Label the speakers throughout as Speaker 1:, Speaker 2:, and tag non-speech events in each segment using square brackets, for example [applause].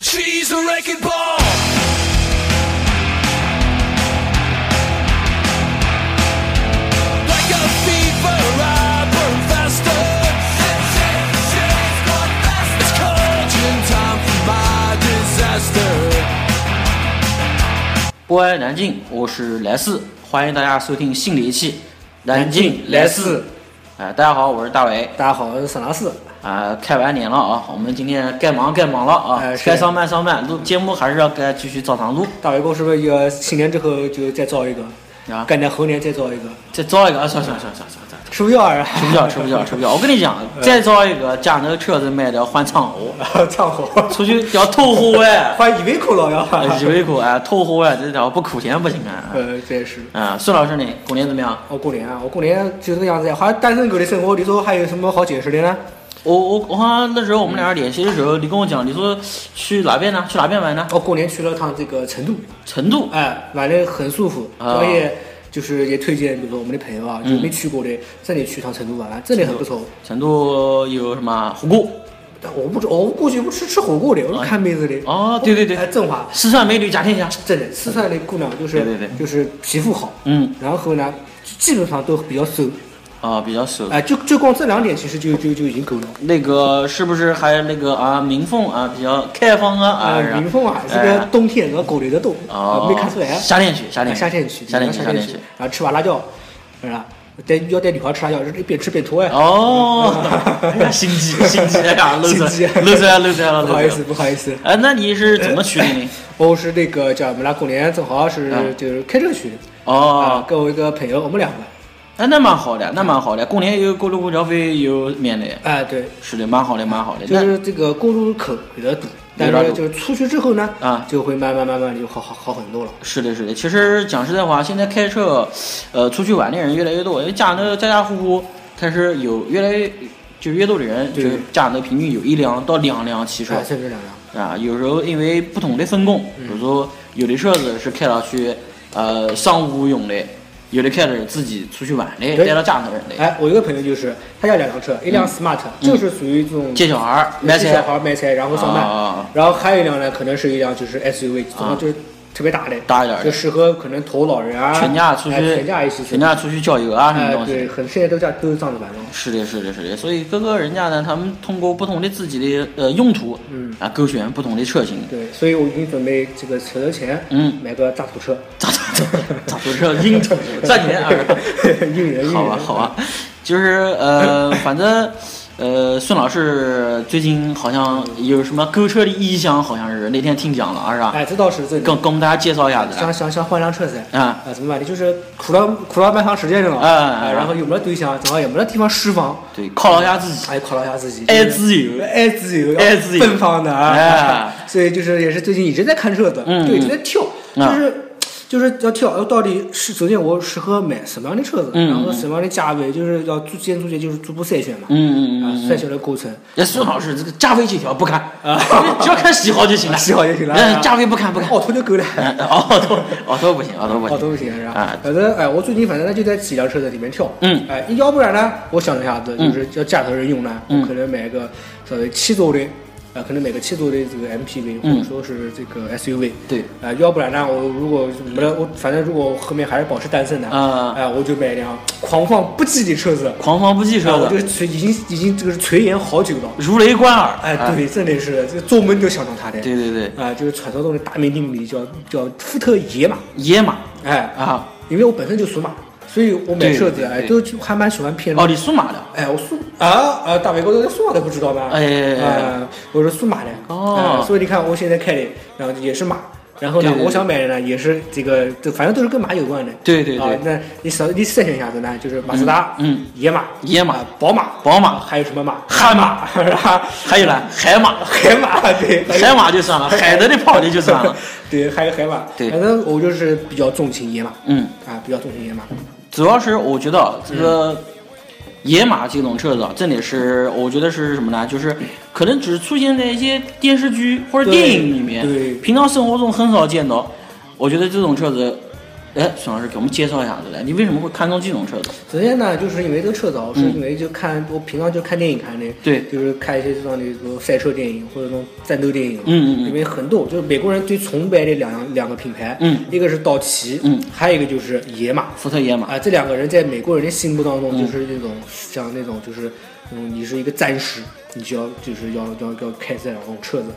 Speaker 1: She's a wrecking ball. Like a fever, I burn faster. It's caution time for my disaster.
Speaker 2: 不爱南京，我是莱斯，欢迎大家收听新的一期《南京莱斯》。哎、大家好，我是大伟。
Speaker 3: 大家好，我是沈老师。
Speaker 2: 啊、开完年了啊，我们今天该忙该忙了啊，
Speaker 3: 哎是
Speaker 2: 该上班上班，录节目还是要该继续照常录
Speaker 3: 大伟哥是不是要新年之后就再造一个？
Speaker 2: 啊。
Speaker 3: 干点猴年再造一个，
Speaker 2: 再招一个，啊，算算算算算算，
Speaker 3: 吃不药啊？
Speaker 2: 吃不 [laughs] 消吃不消吃不消。我跟你讲，再招一个，家那个车子卖的换苍喉，
Speaker 3: [laughs] 唱猴，
Speaker 2: 出去要偷户外，
Speaker 3: 换以为口了
Speaker 2: [laughs] 哎
Speaker 3: 呀？
Speaker 2: 一胃口哎，偷户外这条不苦钱不行啊。
Speaker 3: [laughs] 呃，这也是。
Speaker 2: 啊，孙老师呢，过年怎么样？
Speaker 3: 我过年啊，我过年就这个样子呀。好像单身狗的生活，你说还有什么好解释的呢？
Speaker 2: 我我我好像那时候我们俩联系的时候，你跟我讲，你说去哪边呢？去哪边玩呢？
Speaker 3: 我哦过年去了趟这个成都，
Speaker 2: 成都。
Speaker 3: 哎，玩的很舒服，
Speaker 2: 啊嗯
Speaker 3: 而且就是也推荐，比如说我们的朋友啊，就没去过的，真的去趟成都玩玩，真的很不错。
Speaker 2: 成都有什么火锅？
Speaker 3: 但我不知，我过去不吃吃火锅的，我是看妹子的。
Speaker 2: 哦啊对对对
Speaker 3: 哎，真话，
Speaker 2: 四川美女甲天下。
Speaker 3: 真的，四川的姑娘就是
Speaker 2: 对对对
Speaker 3: 就是皮肤好，
Speaker 2: 嗯，
Speaker 3: 然后呢，基本上都比较瘦，
Speaker 2: 啊，比较熟。
Speaker 3: 哎，就就光这两点其实就就就已经够了。
Speaker 2: 那个是不是还有那个啊，民风啊比较开放啊啊？是吧
Speaker 3: 呃，云峰啊，这
Speaker 2: 哎
Speaker 3: 个冬天我狗流的多，
Speaker 2: 哦
Speaker 3: 呃，没看出来。
Speaker 2: 夏天去，夏天去，
Speaker 3: 夏天去，
Speaker 2: 夏天去，
Speaker 3: 夏
Speaker 2: 夏
Speaker 3: 天
Speaker 2: 天
Speaker 3: 去
Speaker 2: 去。，
Speaker 3: 然后吃完辣椒，是吧？带要带女孩吃辣椒，一边吃边吐哎。
Speaker 2: 哦，哎
Speaker 3: [laughs]
Speaker 2: 呀心机，心机哎呀，露出
Speaker 3: 心机啊
Speaker 2: 来，露出来，露出来了，
Speaker 3: [laughs]
Speaker 2: 露
Speaker 3: 不
Speaker 2: 出
Speaker 3: 好
Speaker 2: 来
Speaker 3: 意
Speaker 2: 了
Speaker 3: 思，。不好意思，
Speaker 2: 啊哎，那你是怎么去的
Speaker 3: [laughs]
Speaker 2: 呢？
Speaker 3: 我是那个叫我们俩过年正好是
Speaker 2: 嗯
Speaker 3: 就是开车去的
Speaker 2: 哦
Speaker 3: 啊，，跟我一个朋友，我们两个，
Speaker 2: 哎，那蛮好的，那蛮好的，过年有公路公交费有免的，
Speaker 3: 哎，对，
Speaker 2: 是的，蛮好的，蛮好的。
Speaker 3: 就
Speaker 2: 那
Speaker 3: 是这个公路口有点堵，但
Speaker 2: 有点
Speaker 3: 是
Speaker 2: 堵
Speaker 3: 就是出去之后呢，
Speaker 2: 啊
Speaker 3: 就会慢慢慢慢就好好好很多了。
Speaker 2: 是的，是的。其实讲实在话，现在开车，呃，出去玩的人越来越多，因为家那家家户户开始有越来越就越多的人，就
Speaker 3: 对
Speaker 2: 是家那平均有一辆到两辆汽车
Speaker 3: 哎，嗯甚至两辆，
Speaker 2: 啊。有时候因为不同的分工，有时候有的车子是开到去呃商务用的，有的开的是自己出去玩的，
Speaker 3: 对
Speaker 2: 带到家头人的，
Speaker 3: 哎，我一个朋友就是他家两辆车，一辆 smart 就是属于这种
Speaker 2: 接小孩儿买
Speaker 3: 小
Speaker 2: 嗯菜
Speaker 3: 孩卖菜，然后上
Speaker 2: 啊啊
Speaker 3: 班
Speaker 2: 啊。
Speaker 3: 然后还有一辆呢，可能是一辆就是 SUV，可能就是特别大的，
Speaker 2: 大一点的
Speaker 3: 就适合可能头老人啊，
Speaker 2: 全家出去
Speaker 3: 哎全家一起去，
Speaker 2: 全家出去郊游啊什么
Speaker 3: 哎，
Speaker 2: 东西的
Speaker 3: 对，。很现在都这样都是这样子玩的。
Speaker 2: 是的，是的，是的，所以各个人家呢，他们通过不同的自己的呃用途，
Speaker 3: 嗯
Speaker 2: 啊，勾选不同的车型。
Speaker 3: 对，所以我已经准备这个存了钱，
Speaker 2: 嗯
Speaker 3: 买个大土车，
Speaker 2: 咋咋咋咋不车英
Speaker 3: [laughs]
Speaker 2: 土 [laughs] 赚钱啊？
Speaker 3: 应人应人。
Speaker 2: 好啊吧，好吧，
Speaker 3: 嗯
Speaker 2: 就是呃，反正呃，孙老师最近好像有什么购车的意向，好像是那天听讲了，是吧？
Speaker 3: 哎，这倒是真
Speaker 2: 跟
Speaker 3: 的。
Speaker 2: 跟我们大家介绍一下子
Speaker 3: 想想想换辆车噻，
Speaker 2: 啊
Speaker 3: 啊，怎么办呢？就是苦了苦了蛮长时间了，
Speaker 2: 哎哎哎
Speaker 3: 然后又没得对象，正好也没得地方释放，
Speaker 2: 对，犒劳一下自己，
Speaker 3: 哎，犒哎劳一下自己，
Speaker 2: 爱自由。
Speaker 3: 爱自由，
Speaker 2: 爱自由
Speaker 3: 奔放的啊！
Speaker 2: 哎
Speaker 3: [laughs] 所以就是也是最近一直在看车子，
Speaker 2: 嗯
Speaker 3: 就一直在挑，
Speaker 2: 啊
Speaker 3: 就是。就是要挑，到底是首先我适合买什么样的车子，
Speaker 2: 嗯
Speaker 3: 然后什么样的价位，就是要逐渐逐渐就是逐步筛选嘛，
Speaker 2: 嗯嗯嗯。
Speaker 3: 啊，筛选的过程，
Speaker 2: 哎，孙老师，这个价位这条不看， [laughs] 只要看喜好就行了。
Speaker 3: 啊喜啊好就行了哦
Speaker 2: 哎价位不看不看。
Speaker 3: 奥拓就够了，
Speaker 2: 嗯 [laughs] 奥拓奥拓不行，奥拓不
Speaker 3: 奥
Speaker 2: 行。
Speaker 3: 拓不行哦是吧
Speaker 2: 啊？
Speaker 3: 反正哎，我最近反正呢就在几辆车子里面挑，
Speaker 2: 嗯
Speaker 3: 哎，要不然呢，我想了一下子，就是要家头人用呢，
Speaker 2: 嗯
Speaker 3: 我可能买个稍微七座的，啊，可能买个七座的这个 MPV 或
Speaker 2: 嗯
Speaker 3: 者说是这个 SUV，
Speaker 2: 对，
Speaker 3: 啊，要不然呢，我如果没了，我反正如果我后面还是保持单身的，
Speaker 2: 啊
Speaker 3: 哎，我就买一辆狂放不羁的车子，
Speaker 2: 狂放不羁
Speaker 3: 啊
Speaker 2: 车
Speaker 3: 我就
Speaker 2: 子，
Speaker 3: 垂已经已经就是垂涎好久了，
Speaker 2: 如雷贯耳。
Speaker 3: 哎，
Speaker 2: 啊
Speaker 3: 对，真的是这做梦都想到它的，
Speaker 2: 对对对，
Speaker 3: 啊，就是传说中的大名鼎鼎叫叫福特野马，
Speaker 2: 野马
Speaker 3: 哎，
Speaker 2: 啊，
Speaker 3: 因为我本身就属马，所以我买车子
Speaker 2: 对
Speaker 3: 哎
Speaker 2: 对哦
Speaker 3: 都就还蛮喜欢偏
Speaker 2: 奥。迪数码的。
Speaker 3: 哎，我属啊啊，大伟哥在属马的不知道吗？
Speaker 2: 哎哎哎
Speaker 3: 啊，我是属马的
Speaker 2: 哦
Speaker 3: 哎所以你看我现在开的，然后也是马，然后呢
Speaker 2: 对对，对
Speaker 3: 我想买的呢也是这个，这反正都是跟马有关的。
Speaker 2: 对对
Speaker 3: 啊
Speaker 2: 对，，
Speaker 3: 那你稍你筛选一下子呢，就是马自达，
Speaker 2: 嗯嗯，
Speaker 3: 野马，
Speaker 2: 野马
Speaker 3: 啊宝马，
Speaker 2: 宝马、
Speaker 3: 还有什么马？
Speaker 2: 悍马，
Speaker 3: [laughs] 是吧？
Speaker 2: 还有呢，海马，
Speaker 3: 海马，对，还有
Speaker 2: 海马就算了，海德的跑的就算了。
Speaker 3: [laughs] 对，还有海马，
Speaker 2: 对
Speaker 3: 反正我就是比较重情野马，
Speaker 2: 嗯，
Speaker 3: 啊，比较重情野马，
Speaker 2: 主要是我觉得啊这个野马这种车子啊，真的是我觉得是什么呢？就是可能只出现在一些电视剧或者
Speaker 3: 对
Speaker 2: 电影里面，
Speaker 3: 对
Speaker 2: 平常生活中很少见到。我觉得这种车子哎，孙老师给我们介绍一下，对不对？你为什么会看中这种车子？
Speaker 3: 首先呢，就是因为这个车早，是因为就看我平常就看电影看的，
Speaker 2: 嗯对
Speaker 3: 就是看一些这种的什么赛车电影或者那种战斗电影，
Speaker 2: 嗯嗯嗯
Speaker 3: 因为很多就是美国人最崇拜的两两个品牌，
Speaker 2: 嗯
Speaker 3: 一个是道奇，
Speaker 2: 嗯，
Speaker 3: 还有一个就是野马，
Speaker 2: 福特野马，
Speaker 3: 啊，这两个人在美国人的心目当
Speaker 2: 嗯
Speaker 3: 中就是那种、像那种就是，嗯，你是一个战士，你就要就是要要要开这两种车子，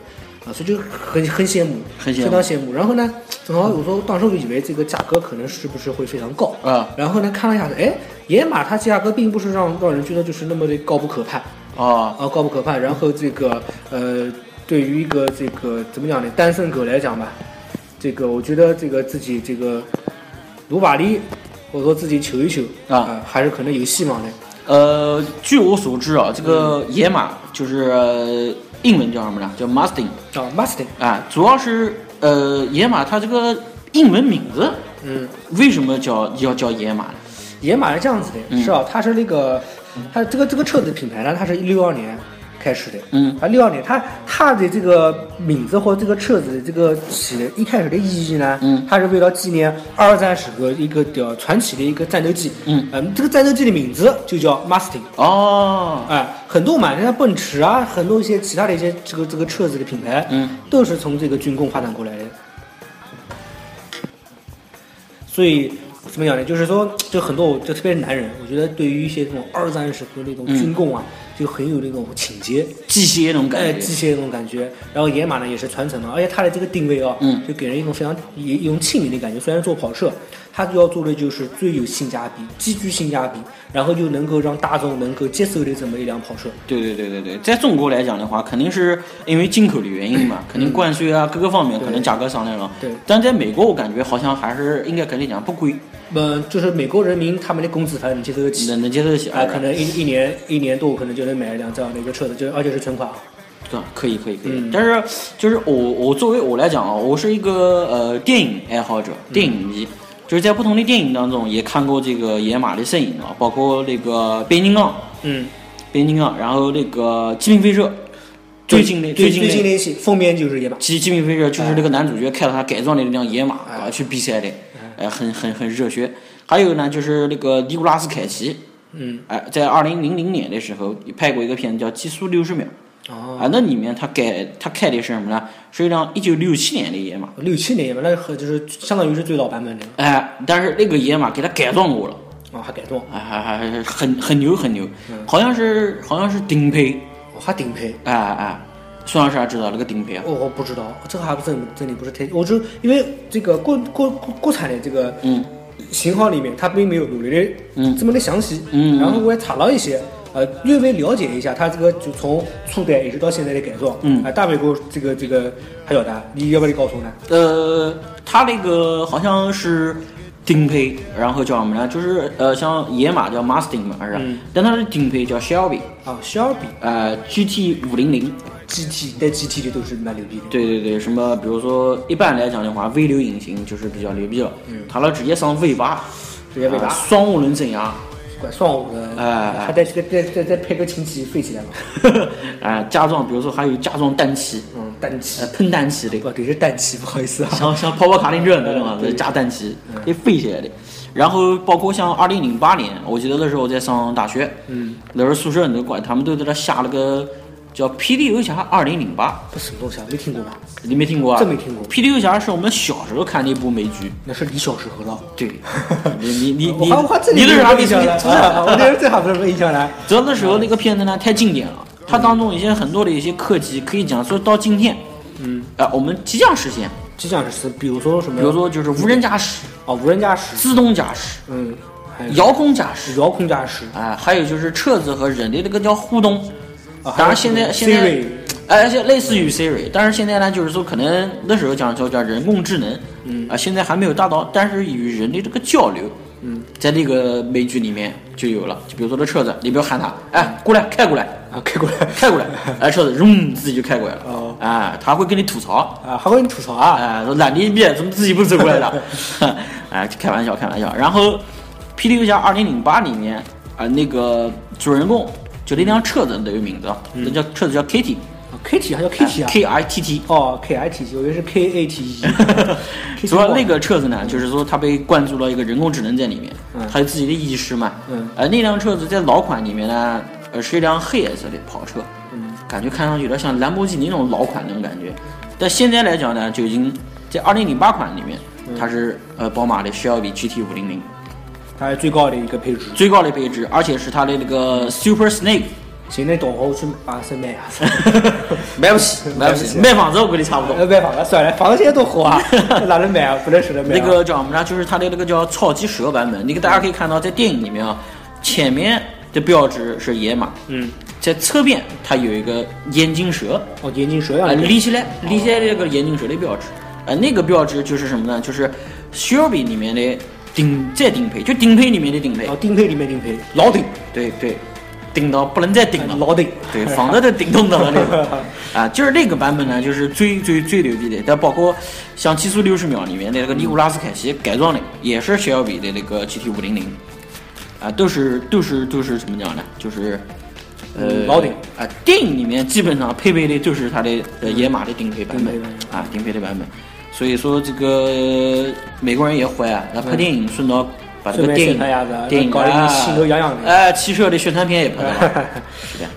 Speaker 3: 啊，所以就很很羡慕，
Speaker 2: 很羡慕
Speaker 3: 非常羡慕。然后呢，正好有时候当时我就以为这个价格可能是不是会非常高
Speaker 2: 啊
Speaker 3: 然后呢看了一下子，哎，野马它价格并不是让让人觉得就是那么的高不可攀，
Speaker 2: 哦，
Speaker 3: 啊，高不可攀。然后这个呃，对于一个这个怎么讲呢，单身狗来讲吧，这个我觉得这个自己这个努把力，或者说自己求一求呃
Speaker 2: 啊
Speaker 3: 还是可能有希望的。
Speaker 2: 呃，据我所知啊，这个野马就是、呃英文叫什么呢？叫 Mustang
Speaker 3: 啊，Mustang，
Speaker 2: 啊，主要是呃野马它这个英文名字
Speaker 3: 嗯，
Speaker 2: 为什么叫要叫野马呢？
Speaker 3: 野马是这样子的，
Speaker 2: 嗯
Speaker 3: 是啊，它是那个，它这个这个车子品牌呢，它是六二年开始的，
Speaker 2: 嗯
Speaker 3: 啊，六二年，它它的这个名字或这个车子的这个起的一开始的意义呢，
Speaker 2: 嗯
Speaker 3: 它是为了纪念二战时个一个叫传奇的一个战斗机，
Speaker 2: 嗯
Speaker 3: 这个战斗机的名字就叫 Mustang。
Speaker 2: 哦，
Speaker 3: 哎，很多嘛，人家奔驰啊，很多一些其他的一些这个这个车子的品牌，
Speaker 2: 嗯，
Speaker 3: 都是从这个军工发展过来的。所以怎么讲呢？就是说，就很多就特别是男人，我觉得对于一些这种二战时的那种
Speaker 2: 嗯
Speaker 3: 军工啊，就很有那种情节，
Speaker 2: 机械那种感
Speaker 3: 哎，
Speaker 2: 觉，
Speaker 3: 机械那种感觉。然后野马呢也是传承了，而且它的这个定位啊，
Speaker 2: 嗯
Speaker 3: 就给人一种非常一一种亲民的感觉。虽然做跑车，它要做的就是最有性价比，极具性价比，然后又能够让大众能够接受的这么一辆跑车。
Speaker 2: 对对对对对，在中国来讲的话，肯定是因为进口的原因嘛，肯定关税啊各个方面可能价格上来了。
Speaker 3: 嗯对
Speaker 2: 但在美国我感觉好像还是应该跟你讲不贵，
Speaker 3: 嗯，就是美国人民他们的工资反正能接受得起，
Speaker 2: 能能接受得起。
Speaker 3: 啊，可能一一年一年多可能就能买一辆这样的一个车子，就是而且是全款啊。
Speaker 2: 对，可以可以可以。
Speaker 3: 嗯
Speaker 2: 但是就是我我作为我来讲啊，我是一个呃电影爱好者，
Speaker 3: 嗯
Speaker 2: 电影迷。就是在不同的电影当中，也看过这个野马的身影啊，包括那个变形金刚、
Speaker 3: 嗯，
Speaker 2: 变形金刚，然后那个机兵飞车，最近的
Speaker 3: 最
Speaker 2: 近的
Speaker 3: 近的一期封面就是野马，
Speaker 2: 极极品飞车就是那个男主角开着他改装的那辆野马
Speaker 3: 哎
Speaker 2: 啊去比赛的，哎，很很很热血。还有呢，就是那个尼古拉斯凯奇，
Speaker 3: 嗯，
Speaker 2: 哎，在二零零零年的时候拍过一个片子叫《极速六十秒》
Speaker 3: 哦，
Speaker 2: 啊，那里面他改他开的是什么呢？是一辆一九六七年的野马，
Speaker 3: 六七年野马，那和就是相当于是最老版本的
Speaker 2: 哎，但是那个野马给他改装过了，
Speaker 3: 哦，还改装，
Speaker 2: 哎，还还还很很牛很牛，好像是好像是顶配，
Speaker 3: 哦，还顶配。
Speaker 2: 哎哎，孙老师还知道那个顶配啊？
Speaker 3: 哦，我不知道，这个还不真真的不是太，我就因为这个国国国国产的这个
Speaker 2: 嗯
Speaker 3: 型号里面，它并没有努力的
Speaker 2: 嗯
Speaker 3: 这么的详细。
Speaker 2: 嗯
Speaker 3: 然后我也查了一些，呃，略微了解一下它这个就从初代一直到现在的改装。
Speaker 2: 嗯
Speaker 3: 啊、大美国这个这个还晓得，你要不要告诉我呢？
Speaker 2: 呃，它那个好像是顶配，然后叫什么呢？就是呃，像野马叫 Mustang 嘛，是吧？
Speaker 3: 嗯
Speaker 2: 但它的顶配叫 Shelby，
Speaker 3: 啊，小比
Speaker 2: 呃，GT 五零零。
Speaker 3: GT 带 GT 的都是蛮牛逼的。
Speaker 2: 对对对，什么比如说一般来讲的话，V 六引擎就是比较牛逼了，它那直接上 V 八，
Speaker 3: 嗯直接 V8
Speaker 2: 啊双涡轮增压， [laughs]
Speaker 3: 管算我的，
Speaker 2: 哎哎
Speaker 3: 还带再再再再配个氢气飞起来嘛？
Speaker 2: 啊，加装比如说还有加装氮气，
Speaker 3: 嗯，氮气
Speaker 2: 呃，，喷氮气的，
Speaker 3: 不对，是氮气，不好意思啊。
Speaker 2: 像像跑跑卡丁车那种啊，
Speaker 3: 对嗯
Speaker 2: 加氮气给飞起来的。然后包括像二零零八年，我记得那时候我在上大学，
Speaker 3: 嗯，
Speaker 2: 那时候宿舍人都管他们都在那下了个叫《霹雳游侠二零零八
Speaker 3: 不是什么东西啊，没听过吧？》，
Speaker 2: 你没听过啊？
Speaker 3: 真没听过
Speaker 2: 霹雳游侠是我们小时候看的一部美剧。
Speaker 3: 那是你小时候了。 [laughs]
Speaker 2: 对，你你你
Speaker 3: 我
Speaker 2: 你，
Speaker 3: 还我还真
Speaker 2: 你那是哪里
Speaker 3: 印
Speaker 2: 出
Speaker 3: 象
Speaker 2: 的
Speaker 3: 呢？？
Speaker 2: [laughs]
Speaker 3: 啊，我这这还不是没印象呢。
Speaker 2: 主要那时候那个片子呢太经典了，它当中一些很多的一些科技可以讲说到今天，嗯，啊、我们即将实现，
Speaker 3: 就像是比如说什么，
Speaker 2: 比如说就是无人驾驶、
Speaker 3: 啊，无人驾驶，
Speaker 2: 自动驾驶、
Speaker 3: 嗯，还有
Speaker 2: 遥控驾驶。
Speaker 3: 遥控驾驶，
Speaker 2: 啊，还有就是车子和人的那个叫互动。
Speaker 3: 啊，
Speaker 2: 当
Speaker 3: 还有
Speaker 2: 然现在现
Speaker 3: Siri
Speaker 2: 在，哎，现类似于 Siri，但是现在呢，就是说可能那时候讲叫叫人工智能，嗯啊，现在还没有达到，但是与人的这个交流，嗯，在那个美剧里面就有了。就比如说这车子，你不要喊它，哎，过来开过来，
Speaker 3: 啊，开过来
Speaker 2: 开
Speaker 3: [laughs]
Speaker 2: 过来，哎，车子嗡自己就开过来了，
Speaker 3: 哦
Speaker 2: 啊，他会跟你吐槽，
Speaker 3: 啊，还会你吐槽啊，
Speaker 2: 啊，说懒得一逼，怎么自己不走过来
Speaker 3: [laughs]
Speaker 2: 的？哎，开玩笑，开玩笑。然后，《霹雳游侠2008》里面呃啊、那个主人公就那辆车子都有名字，啊，那叫车子叫 Kitty，哎
Speaker 3: 啊，Kitty 还叫嗯 Kitty 啊？
Speaker 2: K I T T。
Speaker 3: 哦，K I T T，我以为是 K A
Speaker 2: [laughs]
Speaker 3: T E。
Speaker 2: 主要那个车子呢，就是说它被灌注了一个人工智能在里面
Speaker 3: 嗯，
Speaker 2: 它有自己的意识嘛。
Speaker 3: 嗯
Speaker 2: 呃，那辆车子在老款里面呢，呃，是一辆黑颜色的跑车，
Speaker 3: 嗯，
Speaker 2: 感觉看上去有点像兰博基尼那种老款那种感觉。但现在来讲呢，就已经在2008款里面，它是呃宝马的 Shelby GT 5 0 0
Speaker 3: 它是最高的一个配置。
Speaker 2: 最高的配置，而且是它的那个 Super Snake， [laughs]
Speaker 3: 谁能懂我去把身卖啊？ [laughs]
Speaker 2: 买不起，买不起，卖房子我跟你差不多。
Speaker 3: 呃，卖房子算了，房子现在
Speaker 2: [laughs]
Speaker 3: 多火啊，哪能买啊？不能舍得买、啊。
Speaker 2: 那个叫什么呢？就是它的那个叫超级蛇版本。那个大家可以看到，在电影里面啊，前面的标志是野马，
Speaker 3: 嗯，
Speaker 2: 在侧边它有一个眼镜蛇，
Speaker 3: 哦，眼镜蛇
Speaker 2: 啊、
Speaker 3: 样的。
Speaker 2: 立起来，立起来这个眼镜蛇的标志，呃，那个标志就是什么呢？就是 Shelby 里面的顶再顶配，就顶配里面的顶配
Speaker 3: 哦，，顶配里面顶配，
Speaker 2: 老顶，对对，顶到不能再顶了，
Speaker 3: 老顶。
Speaker 2: 对，房子都顶动的了那 [laughs] 种。啊，就是那个版本呢，就是最最最牛逼的。但包括像《极速六十秒》里面的那个尼古拉斯凯奇改装的，也是小比的那个 GT 五零零，啊，都是都是都是怎么讲呢？就是。呃，
Speaker 3: 嗯老顶
Speaker 2: 啊，电影里面基本上配备的就是它的呃野马的顶配版本
Speaker 3: 顶配版本
Speaker 2: 啊，顶配的版本，所以说这个美国人也坏啊，那拍电影顺道把这个
Speaker 3: 顺便
Speaker 2: 电
Speaker 3: 宣传一下子
Speaker 2: 影电影
Speaker 3: 搞得
Speaker 2: 啊
Speaker 3: 跟汽车一样的
Speaker 2: 哎，汽车的宣传片也拍
Speaker 3: [laughs]
Speaker 2: 了，是的。
Speaker 3: 嗯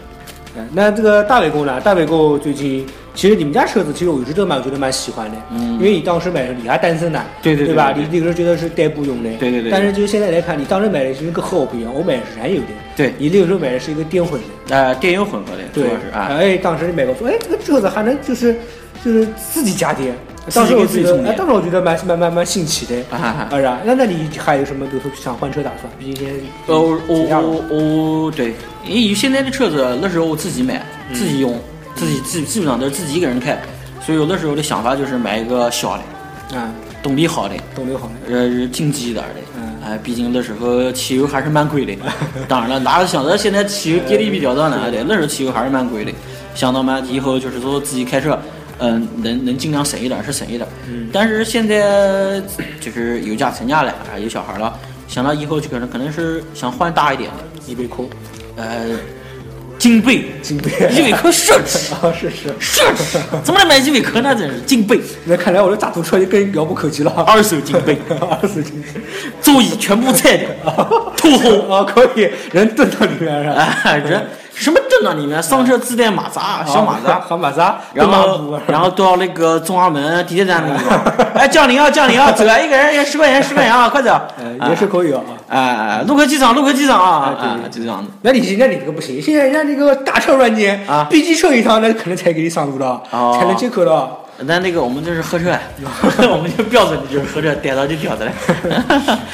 Speaker 3: 那这个大伟购呢？大伟购最近，其实你们家车子，其实我一直都蛮觉得蛮喜欢的，
Speaker 2: 嗯
Speaker 3: 因为你当时买的时候你还单身呢，
Speaker 2: 对对
Speaker 3: 对
Speaker 2: 对
Speaker 3: 吧？
Speaker 2: 对
Speaker 3: 你
Speaker 2: 对
Speaker 3: 那个时候觉得是代步用的，
Speaker 2: 对对对
Speaker 3: 但是就是现在来看，你当时买的是一个和我不一样，我买的是燃油的，
Speaker 2: 对
Speaker 3: 你那个时候买的是一个电混的，
Speaker 2: 呃，电油混合的，主
Speaker 3: 对
Speaker 2: 要是，啊，
Speaker 3: 哎，当时买个说，哎，这个车子还能就是就是自己加电，当时我
Speaker 2: 自
Speaker 3: 觉
Speaker 2: 己给自己充
Speaker 3: 得，
Speaker 2: 电
Speaker 3: 哎，当时我觉得蛮蛮蛮蛮新奇的，
Speaker 2: 啊哈哈。
Speaker 3: 是啊，那那你还有什么，比如说想换车打算？毕竟现在
Speaker 2: 呃，我
Speaker 3: 节假了
Speaker 2: 我我我，对，因为现在的车子那时候我自己买，
Speaker 3: 嗯
Speaker 2: 自己用，自己自基本上都是自己一个人开，所以我那时候的想法就是买一个小的，
Speaker 3: 啊，
Speaker 2: 动力好的，
Speaker 3: 动力好了。
Speaker 2: 呃，经济一点的。
Speaker 3: 嗯
Speaker 2: 哎，毕竟那时候汽油还是蛮贵的。 [laughs] 当然了，哪有想着现在汽油跌的比较当然的，那时候汽油还是蛮贵的。想到嘛，以后就是说自己开车，嗯，能能尽量省一点是省一点。嗯。但是现在就是有家成家了，啊，有小孩了，想到以后就可能可能是想换大一点的，
Speaker 3: 一杯扣， [laughs]
Speaker 2: 呃，金杯，
Speaker 3: 金杯
Speaker 2: 依维柯奢
Speaker 3: [laughs]
Speaker 2: 侈，
Speaker 3: 啊，是是。
Speaker 2: 奢侈，怎么能买依维柯呢？真是金杯，
Speaker 3: 那看来我的打头车就更遥不可及了。
Speaker 2: 二手金杯，
Speaker 3: [laughs] 二十斤，
Speaker 2: 座椅全部拆
Speaker 3: [laughs]
Speaker 2: 掉，
Speaker 3: 土 [laughs] 红啊，可以，人蹲到里面了。
Speaker 2: 哎，人什么炖到里面，上车自带马
Speaker 3: 啊
Speaker 2: 扎，小马扎，
Speaker 3: 哦 [laughs] 小马扎，
Speaker 2: 然
Speaker 3: 蹲
Speaker 2: 后
Speaker 3: 马步
Speaker 2: 然后到那个中华门地铁站那个地
Speaker 3: [laughs]
Speaker 2: 方，哎，降临啊，降临啊，走啊，一个人十块钱，十块钱啊，快走，
Speaker 3: 呃也是可以啊。
Speaker 2: 哎，陆客机场，陆客机场啊，
Speaker 3: 哎
Speaker 2: 啊
Speaker 3: 对，
Speaker 2: 就这样子。
Speaker 3: 那你那你这个不行，现在人家那个打车软件
Speaker 2: 啊
Speaker 3: ，B 级车一趟，那可能才给你上路的，
Speaker 2: 哦
Speaker 3: 才能接口的。
Speaker 2: 但那个我们这是喝
Speaker 3: [laughs]
Speaker 2: 车，我们就标准的就是喝车，逮到就屌着来。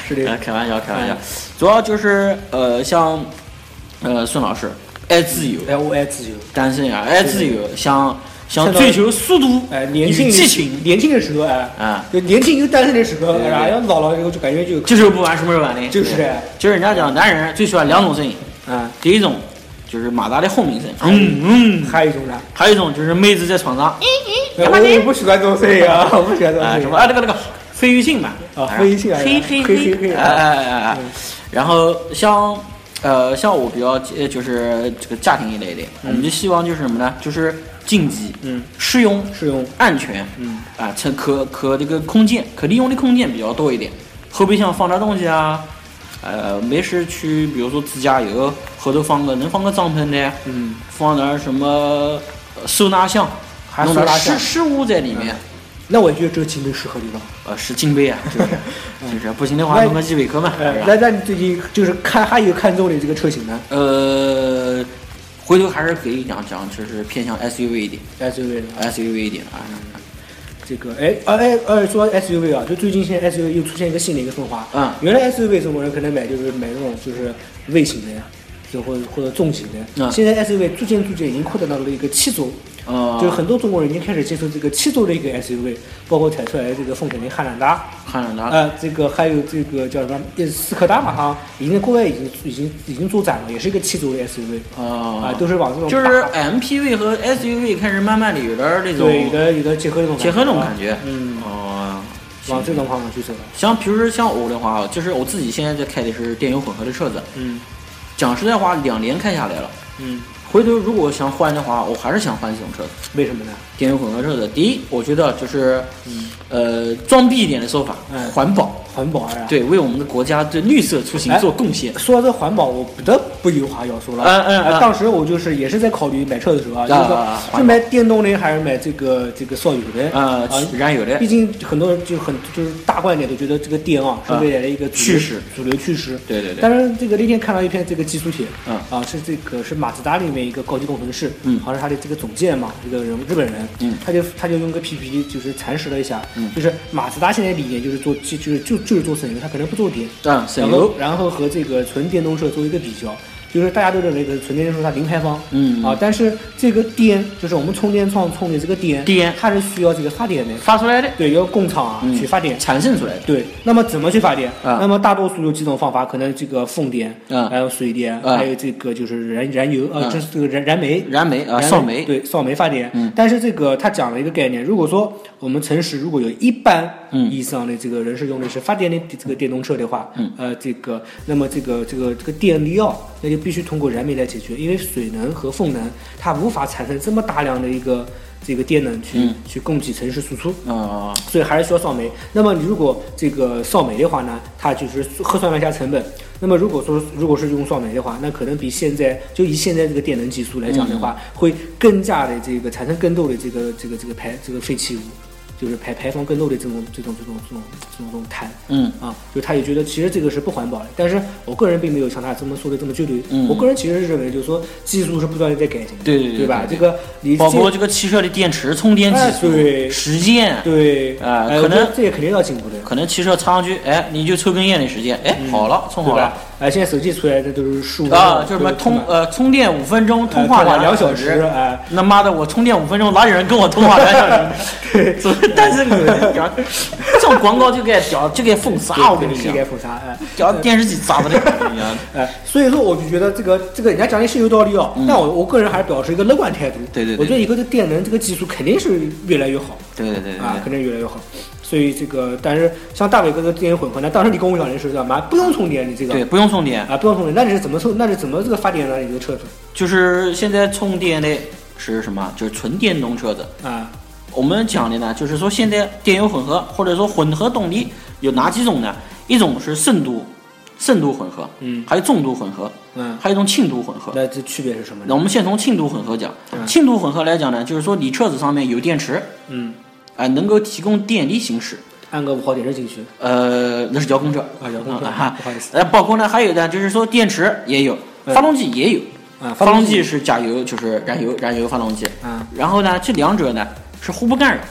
Speaker 3: 是
Speaker 2: [laughs]
Speaker 3: 的哎
Speaker 2: 啊开玩笑，开玩笑。主要就是呃，像呃孙老师爱自由，
Speaker 3: 哎，我爱自由。
Speaker 2: 单身呀，爱自由，想想
Speaker 3: 趁到
Speaker 2: 追求速度，
Speaker 3: 哎，年轻
Speaker 2: 与激情，
Speaker 3: 年轻的时候哎，
Speaker 2: 啊
Speaker 3: 就年轻又单身的时候，
Speaker 2: 对
Speaker 3: 然后要老了以后就感觉就
Speaker 2: 这时候不玩什么时候玩呢？
Speaker 3: 就是的
Speaker 2: 就是人家讲男人最喜欢两种声音，
Speaker 3: 啊，
Speaker 2: 第一种就是马达的轰鸣声，嗯嗯，
Speaker 3: 还有一种呢，
Speaker 2: 还有一种就是妹子在床上，
Speaker 3: 哎我我不喜欢这种声音啊，我不喜欢这种
Speaker 2: 啊
Speaker 3: 声音。
Speaker 2: 什么啊那个那个费玉清吧，
Speaker 3: 啊
Speaker 2: 哎呀
Speaker 3: 费玉清啊
Speaker 2: 嘿嘿
Speaker 3: 嘿嘿嗯嘿
Speaker 2: 哎哎哎哎哎，然后像呃像我比较呃就是这个家庭一类的，我们就希望就是什么呢？就是竞技，
Speaker 3: 嗯，
Speaker 2: 适用
Speaker 3: 适用
Speaker 2: 安全，
Speaker 3: 嗯，
Speaker 2: 啊，趁可可这个空间可利用的空间比较多一点，后备箱放点东西啊，呃，没事去比如说自驾游，后头放个能放个帐篷的，
Speaker 3: 嗯，
Speaker 2: 放点什么呃收纳箱，
Speaker 3: 还嗯
Speaker 2: 弄点
Speaker 3: 收纳箱
Speaker 2: 湿湿物在里面，
Speaker 3: 那我觉得这个琴能适合你了。
Speaker 2: 呃，是金杯啊，
Speaker 3: [laughs]
Speaker 2: 就是就是不行的话
Speaker 3: 嗯那哎
Speaker 2: 弄个依维柯嘛，是
Speaker 3: 那
Speaker 2: 吧？
Speaker 3: 那你最近就是看还有看中的这个车型呢
Speaker 2: 呃，回头还是可以讲讲，就是偏向 SUV 一点
Speaker 3: ？SUV 呢？
Speaker 2: ，SUV 一点啊，
Speaker 3: 哎这个哎啊哎呃说 SUV 啊，就最近现在 SUV 又出现一个新的一个分化。
Speaker 2: 嗯
Speaker 3: 原来 SUV 中国人可能买就是买那种就是微型的呀，就或者或者重型的。
Speaker 2: 嗯
Speaker 3: 现在 SUV 逐渐逐渐已经扩展到了一个七座。
Speaker 2: 呃，
Speaker 3: 就是很多中国人已经开始接受这个七座的一个 SUV，包括踩出来的这个丰田的汉兰达，
Speaker 2: 汉兰达，
Speaker 3: 呃，这个还有这个叫什么呃斯柯达嘛哈，已经在国外已经已经已经做展了，也是一个七座的 SUV，
Speaker 2: 哦
Speaker 3: 啊，都是往这种
Speaker 2: 就是
Speaker 3: 大
Speaker 2: MPV 和 SUV 开始慢慢的有点儿那
Speaker 3: 对，有
Speaker 2: 种
Speaker 3: 的有的结合这种
Speaker 2: 结合那种感觉，
Speaker 3: 嗯，
Speaker 2: 哦，
Speaker 3: 往这种方向去走了。
Speaker 2: 像平时像我的话，啊就是我自己现在在开的是电油混合的车子，
Speaker 3: 嗯
Speaker 2: 讲实在话，两年开下来了，
Speaker 3: 嗯，
Speaker 2: 回头如果想换的话，我还是想换这种车子，
Speaker 3: 为什么呢？
Speaker 2: 电油混合车子。第一，我觉得就是，呃，装逼一点的说法
Speaker 3: 嗯，
Speaker 2: 环保，
Speaker 3: 环保啊。，
Speaker 2: 对，为我们的国家对绿色出行
Speaker 3: 哎
Speaker 2: 做贡献。
Speaker 3: 说到这环保，我不得不有话要说了。
Speaker 2: 嗯嗯嗯
Speaker 3: 呃当时我就是也是在考虑买车的时候啊，
Speaker 2: 啊
Speaker 3: 就是
Speaker 2: 啊啊环
Speaker 3: 说是
Speaker 2: 保
Speaker 3: 买电动的还是买这个这个烧油的
Speaker 2: 呃
Speaker 3: 啊，
Speaker 2: 燃油的
Speaker 3: 毕，竟很多人就很就是大观点都觉得这个电啊是
Speaker 2: 啊
Speaker 3: 未来的一个主流
Speaker 2: 趋势，
Speaker 3: 主流趋势。
Speaker 2: 对对对
Speaker 3: 但是这个那天看到一篇这个技术帖，
Speaker 2: 嗯
Speaker 3: 啊是这个是马自达里面一个高级工程师，
Speaker 2: 嗯
Speaker 3: 好像是他的这个总监嘛，一个人日本人，
Speaker 2: 嗯
Speaker 3: 他就他就用个 PPT 就是阐释了一下，
Speaker 2: 嗯
Speaker 3: 就是马自达现在理念就是做就就是就就是做省油，他可能不做电，
Speaker 2: 嗯，省
Speaker 3: 然后
Speaker 2: 油，
Speaker 3: 然后和这个纯电动车做一个比较，就是大家都认为这个纯电动车它零排放，
Speaker 2: 嗯
Speaker 3: 啊，但是这个电就是我们充电桩充的这个电，
Speaker 2: 电
Speaker 3: 它是需要这个发电的，
Speaker 2: 发出来的，
Speaker 3: 对，要工厂啊、
Speaker 2: 嗯
Speaker 3: 去发电。
Speaker 2: 产生出来的，
Speaker 3: 对，那么怎么去发电？
Speaker 2: 啊
Speaker 3: 那么大多数有几种方法，可能这个风电，
Speaker 2: 啊
Speaker 3: 还有水电，
Speaker 2: 啊
Speaker 3: 还有这个就是燃燃油，呃，
Speaker 2: 啊
Speaker 3: 这是这个燃燃煤，
Speaker 2: 燃煤啊，
Speaker 3: 燃
Speaker 2: 烧煤，
Speaker 3: 对，烧煤发电。
Speaker 2: 嗯
Speaker 3: 但是这个他讲了一个概念，如果说我们城市如果有一半
Speaker 2: 嗯
Speaker 3: 以上的这个人是用的是发电的这个电动车的话，
Speaker 2: 嗯
Speaker 3: 呃，这个那么这个这个这个电力哦，那就必须通过燃煤来解决，因为水能和风能它无法产生这么大量的一个这个电能去、
Speaker 2: 嗯
Speaker 3: 去供给城市输出。
Speaker 2: 啊，
Speaker 3: 所以还是需要烧煤。那么你如果这个烧煤的话呢，它就是核算了一下成本。那么如果说如果是用烧煤的话，那可能比现在就以现在这个电能技术来讲的话，会更加的这个产生更多的这个这个这个排这个废弃物，就是排排放更多的这种这种这种这种这种这种碳。
Speaker 2: 嗯
Speaker 3: 啊，就他也觉得其实这个是不环保的，但是我个人并没有像他这么说的这么绝对。
Speaker 2: 嗯
Speaker 3: 我个人其实是认为，就是说技术是不断的在改进的，
Speaker 2: 对对对
Speaker 3: 吧？
Speaker 2: 对对
Speaker 3: 这个你
Speaker 2: 包括
Speaker 3: 这
Speaker 2: 这个汽车的电池、充电技
Speaker 3: 哎对
Speaker 2: 术、实践，
Speaker 3: 对
Speaker 2: 啊
Speaker 3: 哎
Speaker 2: 可
Speaker 3: 我觉得
Speaker 2: 能
Speaker 3: 这也肯定要进步的。
Speaker 2: 可能汽车插上去，哎，你就抽根烟的时间，哎，好了，充
Speaker 3: 嗯对
Speaker 2: 好
Speaker 3: 吧
Speaker 2: 了。？
Speaker 3: 哎，现在手机出来的都是呃十五
Speaker 2: 啊，就是什么通呃充电五分钟，通话
Speaker 3: 哎两
Speaker 2: 两
Speaker 3: 小时，
Speaker 2: 时。
Speaker 3: 哎，
Speaker 2: 那妈的，我充电五分钟，哪有人跟我通话两小时？所以 [laughs] 但是你们讲这种广告就该屌，就该封杀，我跟你
Speaker 3: 是
Speaker 2: 讲，
Speaker 3: 该封杀，哎。
Speaker 2: 屌电视机砸的，我跟你
Speaker 3: [laughs]
Speaker 2: 讲。
Speaker 3: 哎，所以说我就觉得这个这个人家讲的是有道理哦，但我我个人还是表示一个乐观态度。
Speaker 2: 嗯对对对
Speaker 3: 我觉得以后这个电能这个技术肯定是越来越好
Speaker 2: 对对对对
Speaker 3: 啊，
Speaker 2: 对，
Speaker 3: 肯定越来越好。所以这个，但是像大伟哥的电源混合呢，当时你跟我讲的是干嘛？不用充电，你这个
Speaker 2: 对，不用充电，
Speaker 3: 啊不用充电，那你是怎么充？那是怎么这个发电呢？你这个车子
Speaker 2: 就是现在充电的是什么？就是纯电动车子。
Speaker 3: 啊，
Speaker 2: 我们讲的呢，就是说现在电油混合或者说混合动力有哪几种呢？一种是深度深度混合，
Speaker 3: 嗯
Speaker 2: 还有重度混合，
Speaker 3: 嗯，
Speaker 2: 还有一种轻度混合。
Speaker 3: 那这区别是什么
Speaker 2: 那
Speaker 3: 呢？
Speaker 2: 我们先从轻度混合讲，
Speaker 3: 嗯
Speaker 2: 轻度混合来讲呢，就是说你车子上面有电池，
Speaker 3: 嗯，
Speaker 2: 啊、能够提供电力行驶，
Speaker 3: 安个五号电池进去
Speaker 2: 呃，那是遥控车
Speaker 3: 啊遥控车
Speaker 2: 啊
Speaker 3: 不好意思
Speaker 2: 呃，包括呢，还有的就是说电池也有，
Speaker 3: 嗯
Speaker 2: 发动机也有，
Speaker 3: 啊，
Speaker 2: 发
Speaker 3: 动
Speaker 2: 动机是加油，就是燃油，燃油发动机。
Speaker 3: 啊，
Speaker 2: 然后呢，这两者呢是互不干扰。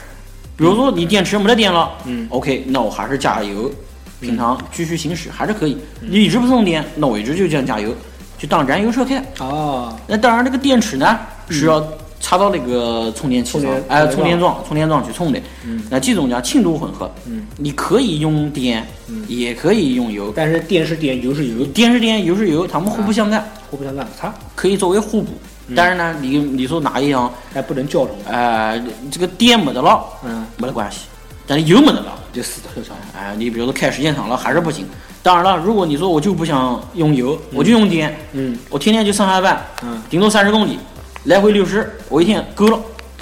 Speaker 2: 比如说你电池没得电了，
Speaker 3: 嗯
Speaker 2: ，OK，那我还是加油，平常继续行驶还是可以。
Speaker 3: 嗯
Speaker 2: 你一直不充电，那我一直就这样加油，就当燃油车开。
Speaker 3: 哦，
Speaker 2: 那当然，这个电池呢是要插到那个充电器
Speaker 3: 充
Speaker 2: 上
Speaker 3: 电，
Speaker 2: 哎，
Speaker 3: 充
Speaker 2: 充
Speaker 3: 电
Speaker 2: 电桩、充电桩去充的。
Speaker 3: 嗯
Speaker 2: 那这种叫轻度混合，
Speaker 3: 嗯，
Speaker 2: 你可以用电，
Speaker 3: 嗯
Speaker 2: 也可以用油。
Speaker 3: 但是电是电，油是油，
Speaker 2: 电是电，油是油，它们互不相干，
Speaker 3: 互不相干，它
Speaker 2: 可以作为互补。
Speaker 3: 嗯
Speaker 2: 当然呢，你你说哪一样，
Speaker 3: 还不能交融，
Speaker 2: 呃，这个电没得了，
Speaker 3: 嗯，
Speaker 2: 没得关系，但是油没得了。
Speaker 3: 就死的特长。
Speaker 2: 哎，你比如说开时间长了还是不行。当然了，如果你说我就不想用油，我就用电，
Speaker 3: 嗯
Speaker 2: 我天天就上下班，
Speaker 3: 嗯
Speaker 2: 顶多三十公里，来回六十，我一天够了。